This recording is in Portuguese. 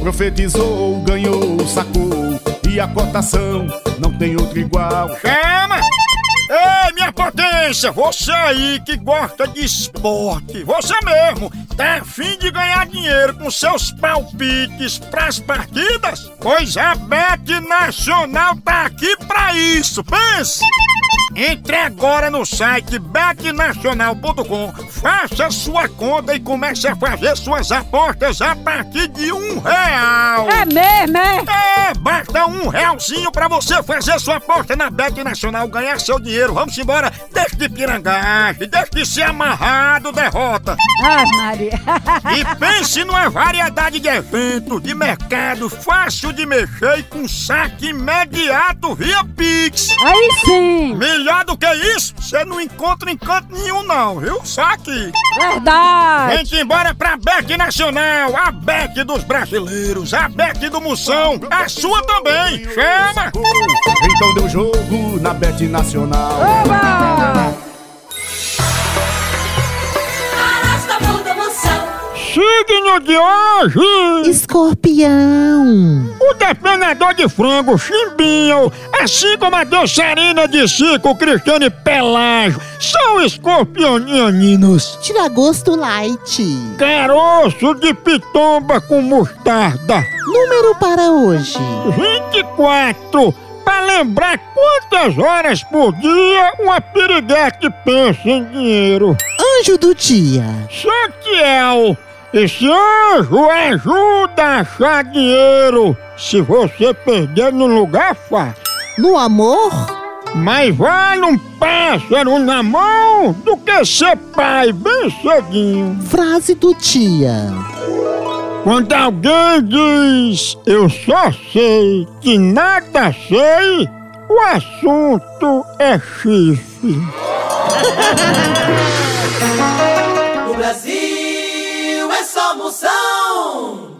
Profetizou, ganhou, sacou. E a cotação não tem outro igual. Chama! Ei, minha potência, você aí que gosta de esporte, você mesmo, tá afim de ganhar dinheiro com seus palpites pras partidas? Pois a Bet Nacional tá aqui pra isso, pense! Entre agora no site betnacional.com, faça sua conta e comece a fazer suas apostas a partir de um real. É mesmo, é? É, basta um realzinho pra você fazer sua aposta na Bet Nacional, ganhar seu dinheiro. Vamos embora, deixe de pirangagem, deixe de ser amarrado, derrota. Ai, Maria. E pense numa variedade de eventos, de mercado, fácil de mexer e com saque imediato via Pix. Aí sim, Melhor do que isso, você não encontra em canto nenhum não, viu? Só aqui. verdade. Vem-te embora pra BEC Nacional, a BEC dos brasileiros, a BEC do Moção, é a sua também. Chama! Então deu jogo na Bet Nacional. Oba! Arrasta a mão da moção. Signo de hoje! Escorpião, O depenador de frango, Chimbinho, assim como a dançarina de Cico, Cristiane Pelágio, são escorpionianinos. tira gosto light. Caroço de pitomba com mostarda. Número para hoje. 24 para lembrar quantas horas por dia uma piriguete pensa em dinheiro. Anjo do dia, Santiel, esse anjo ajuda a achar dinheiro se você perder no lugar fácil. no amor, Mas vale um pássaro na mão do que ser pai bem cedinho. frase do dia. Quando alguém diz eu só sei que nada sei, o assunto é chifre. O Brasil é só moção.